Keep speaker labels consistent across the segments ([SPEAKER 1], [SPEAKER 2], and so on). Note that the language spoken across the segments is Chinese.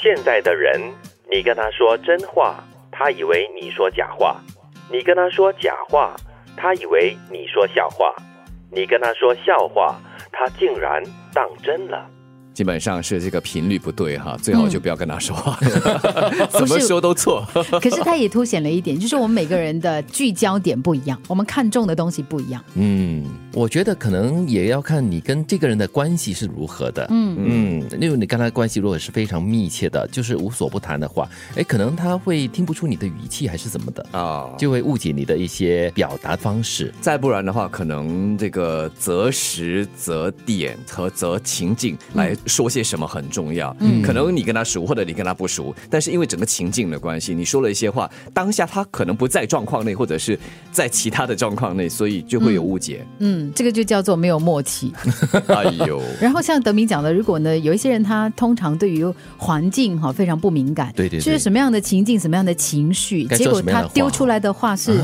[SPEAKER 1] 现在的人，你跟他说真话，他以为你说假话；你跟他说假话，他以为你说笑话；你跟他说笑话，他竟然当真了。
[SPEAKER 2] 基本上是这个频率不对哈，最好就不要跟他说话， 怎么说都错。
[SPEAKER 3] 可是它也凸显了一点，就是我们每个人的聚焦点不一样，我们看重的东西不一样。
[SPEAKER 2] 嗯，
[SPEAKER 4] 我觉得可能也要看你跟这个人的关系是如何的。
[SPEAKER 3] 嗯，
[SPEAKER 4] 嗯，例如你跟他的关系如果是非常密切的，就是无所不谈的话，哎，可能他会听不出你的语气还是怎么的，
[SPEAKER 2] 啊， 就
[SPEAKER 4] 就会误解你的一些表达方式。
[SPEAKER 2] 再不然的话，可能这个择时、择点和择情境来说些什么很重要。嗯，可能你跟他熟，或者你跟他不熟，但是因为整个情境的关系，你说了一些话，当下他可能不在状况内，或者是在其他的状况内，所以就会有误解。
[SPEAKER 3] 嗯，这个就叫做没有默契。
[SPEAKER 2] 哎呦，
[SPEAKER 3] 然后像德明讲的，如果呢有一些人他通常对于环境哈、非常不敏感，
[SPEAKER 4] 对对对
[SPEAKER 3] 就是什么样的情境、什么样的情绪，
[SPEAKER 4] 该说
[SPEAKER 3] 结果
[SPEAKER 4] 什么样
[SPEAKER 3] 他
[SPEAKER 4] 的话啊
[SPEAKER 3] 丢出来的话是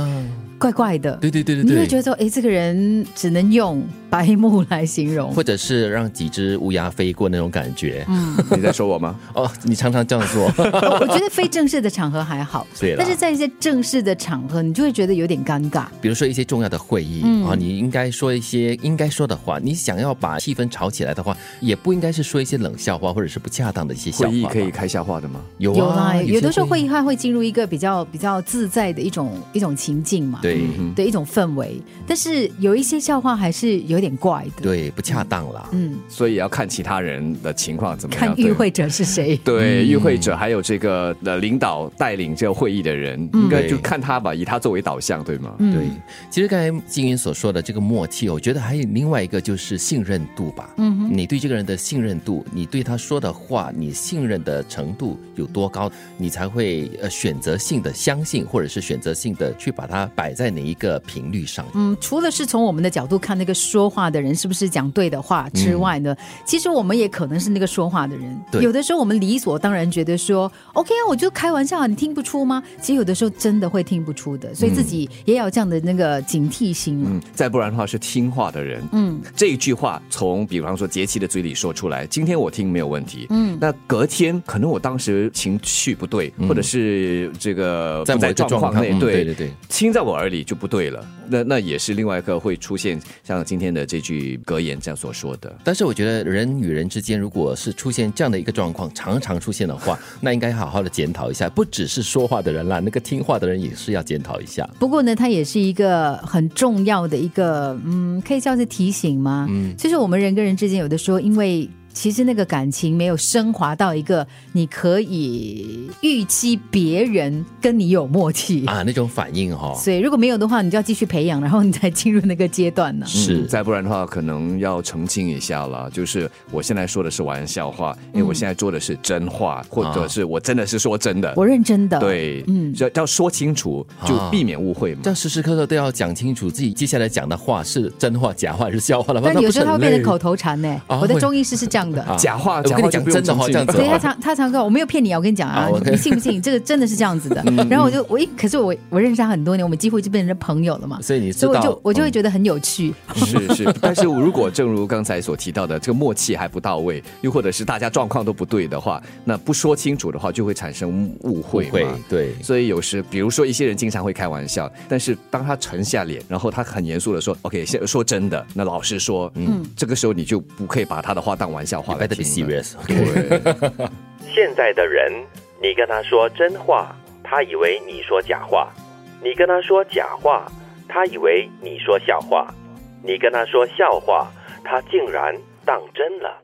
[SPEAKER 3] 怪怪的。
[SPEAKER 4] 对对对对
[SPEAKER 3] 你
[SPEAKER 4] 对，
[SPEAKER 3] 会觉得说，哎，这个人只能用白目来形容
[SPEAKER 4] 或。者是让几只乌鸦飞过那种感
[SPEAKER 3] 嗯
[SPEAKER 4] 觉。
[SPEAKER 2] 你在说我吗？
[SPEAKER 4] 哦，你常常这样 做，
[SPEAKER 3] 我我觉得非正式的场合还好，
[SPEAKER 4] 对啦
[SPEAKER 3] 但是在一些正式的场合，你就会觉得有点尴尬。
[SPEAKER 4] 比如说一些重要的会议啊、
[SPEAKER 3] 嗯
[SPEAKER 4] 你应该说一些应该说的话。你想要把气氛炒起来的话，也不应该是说一些冷笑话或者是不恰当的一些笑
[SPEAKER 2] 会
[SPEAKER 4] 话吧。
[SPEAKER 2] 议可以开笑话的吗？
[SPEAKER 4] 有
[SPEAKER 3] 有
[SPEAKER 4] 啊，
[SPEAKER 3] 啦，有的时候
[SPEAKER 4] 会
[SPEAKER 3] 会
[SPEAKER 4] 议
[SPEAKER 3] 议它会进入一个比较比较自在的一种一种情境嘛，
[SPEAKER 2] 嗯
[SPEAKER 4] 对
[SPEAKER 3] 对一种氛围。但是有一些笑话还是有点怪的，
[SPEAKER 4] 对不恰当啦。
[SPEAKER 3] 嗯，
[SPEAKER 2] 所以要看其他人的情况怎么样。
[SPEAKER 3] 看
[SPEAKER 2] 对
[SPEAKER 3] 与
[SPEAKER 2] 吗
[SPEAKER 3] 会者是 谁。
[SPEAKER 2] 对，与会者还有这个呃领导带领这个会议的人，应该就
[SPEAKER 4] 对
[SPEAKER 2] 看他吧，以他作为导向，对吗？
[SPEAKER 4] 对，其实刚才金云所说的这个默契，我觉得还有另外一个就是信任度吧。嗯，你对这个人的信任度，你对他说的话，你信任的程度有多高，你才会呃选择性的相信，或者是选择性的去把它摆在哪一个频率上。
[SPEAKER 3] 嗯，除了是从我们的角度看那个说话的人是不是讲对的话之外呢，其实我们也可能是那个说话的人。
[SPEAKER 4] 嗯对
[SPEAKER 3] 有的时候我们理所当然觉得说，OK 啊，我就开玩笑啊，你听不出吗？其实有的时候真的会听不出的，所以
[SPEAKER 4] 嗯
[SPEAKER 3] 自己也要有这样的那个警惕心了。
[SPEAKER 2] 嗯，再不然的话是听话的人。嗯，这一句话从比方说杰奇的嘴里说出来，今天我听没有问题。嗯，那隔天可能我当时情绪不对，或者是这个
[SPEAKER 4] 在
[SPEAKER 2] 不
[SPEAKER 4] 某
[SPEAKER 2] 在
[SPEAKER 4] 一个
[SPEAKER 2] 状况内，
[SPEAKER 4] 嗯
[SPEAKER 2] 对
[SPEAKER 4] 对对对，
[SPEAKER 2] 听在我耳里就不对了。那那也是另外一个会出现像今天的这句格言这样所说的。
[SPEAKER 4] 但是我觉得人与人之间，如果是出现这样的一个状况，常常出现的话，那应该好好的检讨一下，不只是说话的人啦，那个听话的人也是要检讨一下。
[SPEAKER 3] 不过呢，它也是一个很重要的一个，嗯，可以叫是提醒吗？嗯，就是我们人跟人之间，有的时候因为其实那个感情没有升华到一个你可以预期别人跟你有默契。
[SPEAKER 4] 啊，那种反应哈、哦，
[SPEAKER 3] 所以如果没有的话，你就要继续培养，然后你才进入那个阶段呢。
[SPEAKER 4] 是
[SPEAKER 2] 嗯再不然的话，可能要澄清一下了。就是我现在说的是玩笑话，因为我现在做的是真话，或者是我真的是说真的。
[SPEAKER 3] 我认真的，，
[SPEAKER 2] 对，嗯，啊要要说清楚，就避免误会嘛
[SPEAKER 4] 这。样时时刻刻都要讲清楚自己接下来讲的话是真话、假话还是笑话了。
[SPEAKER 3] 但
[SPEAKER 4] 那不
[SPEAKER 3] 有时
[SPEAKER 4] 是
[SPEAKER 3] 候他会
[SPEAKER 4] 很
[SPEAKER 3] 变
[SPEAKER 4] 累
[SPEAKER 3] 成口头禅呢。
[SPEAKER 4] 啊
[SPEAKER 3] 我的
[SPEAKER 4] 会
[SPEAKER 3] 中医师是这样的。
[SPEAKER 4] 啊
[SPEAKER 2] 假话
[SPEAKER 4] 我跟
[SPEAKER 2] 假话就
[SPEAKER 4] 你讲
[SPEAKER 2] 不用
[SPEAKER 4] 真的话，
[SPEAKER 2] 澄
[SPEAKER 4] 这
[SPEAKER 2] 清
[SPEAKER 4] 样子
[SPEAKER 3] 对他
[SPEAKER 4] 哦。
[SPEAKER 3] 常他常说我没有骗你啊，我跟你讲啊
[SPEAKER 4] 啊，，OK 嗯
[SPEAKER 3] 你信不信？这个真的是这样 子的。然后我就我一可是我我认识他很多年，我们几乎就变成朋友了嘛。
[SPEAKER 4] 所以你知
[SPEAKER 3] 所以我就
[SPEAKER 4] 道，
[SPEAKER 3] 我就会
[SPEAKER 4] 嗯
[SPEAKER 3] 觉得很有趣。
[SPEAKER 2] 是是，但是如果正如刚才所提到的，这个默契还不到位，又或者是大家状况都不对的话，那不说清楚的话，就会产生误会
[SPEAKER 4] 会
[SPEAKER 2] 嘛。
[SPEAKER 4] 会对。
[SPEAKER 2] 所以有时，比如说一些人经常会开玩笑，但是当他沉下脸，然后他很严肃的说：“OK，现说真的。”那老实说，嗯，这个时候你就不可以把他的话当玩笑话
[SPEAKER 4] You
[SPEAKER 2] 来
[SPEAKER 4] better be
[SPEAKER 2] 听了。
[SPEAKER 4] serious.
[SPEAKER 2] 对，
[SPEAKER 1] 现在的人，你跟他说真话，他以为你说假话；你跟他说假话，他以为你说笑话；你跟他说笑话，他竟然当真了。